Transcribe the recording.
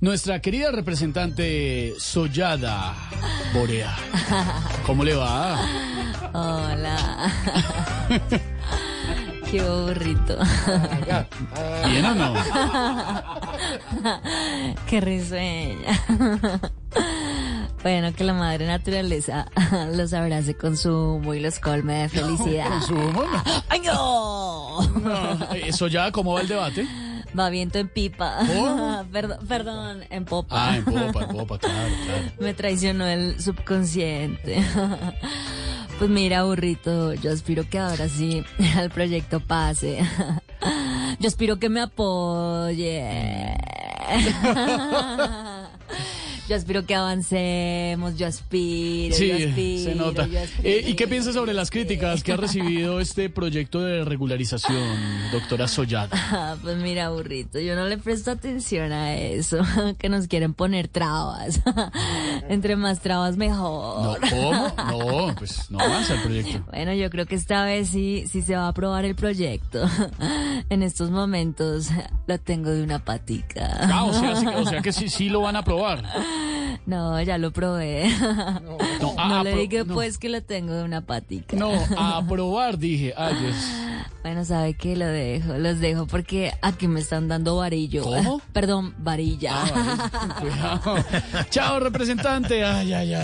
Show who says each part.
Speaker 1: Nuestra querida representante Sollada Borea. ¿Cómo le va?
Speaker 2: Hola. Qué burrito.
Speaker 1: ¿Bien o no?
Speaker 2: Qué risueña. Bueno, que la madre naturaleza los abrace con su humo y los colme de felicidad.
Speaker 1: ¿Con su humor?
Speaker 2: ¡Ay, no!
Speaker 1: No. Eh, Sollada, ¿cómo va el debate?
Speaker 2: Va viento en pipa.
Speaker 1: Oh.
Speaker 2: Perdón, perdón, en popa.
Speaker 1: Ah, en popa, en popa, claro, claro.
Speaker 2: Me traicionó el subconsciente. Pues mira, burrito, yo aspiro que ahora sí el proyecto pase. Yo aspiro que me apoye. Yo aspiro que avancemos, yo aspiro, yo
Speaker 1: Sí,
Speaker 2: aspiro.
Speaker 1: se nota.
Speaker 2: yo aspiro.
Speaker 1: Eh, ¿Y qué piensas sobre las críticas que ha recibido este proyecto de regularización, doctora Sollada?
Speaker 2: Ah, pues mira, burrito, yo no le presto atención a eso, que nos quieren poner trabas. Entre más trabas,
Speaker 1: No,
Speaker 2: mejor.
Speaker 1: ¿cómo? No, pues no avanza el proyecto.
Speaker 2: Bueno, yo creo que esta vez sí, sí se va a aprobar el proyecto. En estos momentos lo tengo de una patica.
Speaker 1: Ah, o sea, sí- o sea que sí, sí lo van a aprobar.
Speaker 2: No, ya lo probé.
Speaker 1: No, a-
Speaker 2: No le
Speaker 1: apro-
Speaker 2: dije
Speaker 1: no.
Speaker 2: pues que lo tengo de una patica.
Speaker 1: No, a aprobar, dije. Ay, Dios.
Speaker 2: Bueno, sabe que lo dejo, los dejo porque aquí me están dando varillo.
Speaker 1: ¿Cómo?
Speaker 2: Perdón, varilla.
Speaker 1: Ah, vale. Cuidado. Chao, representante. Ay, ay, ay.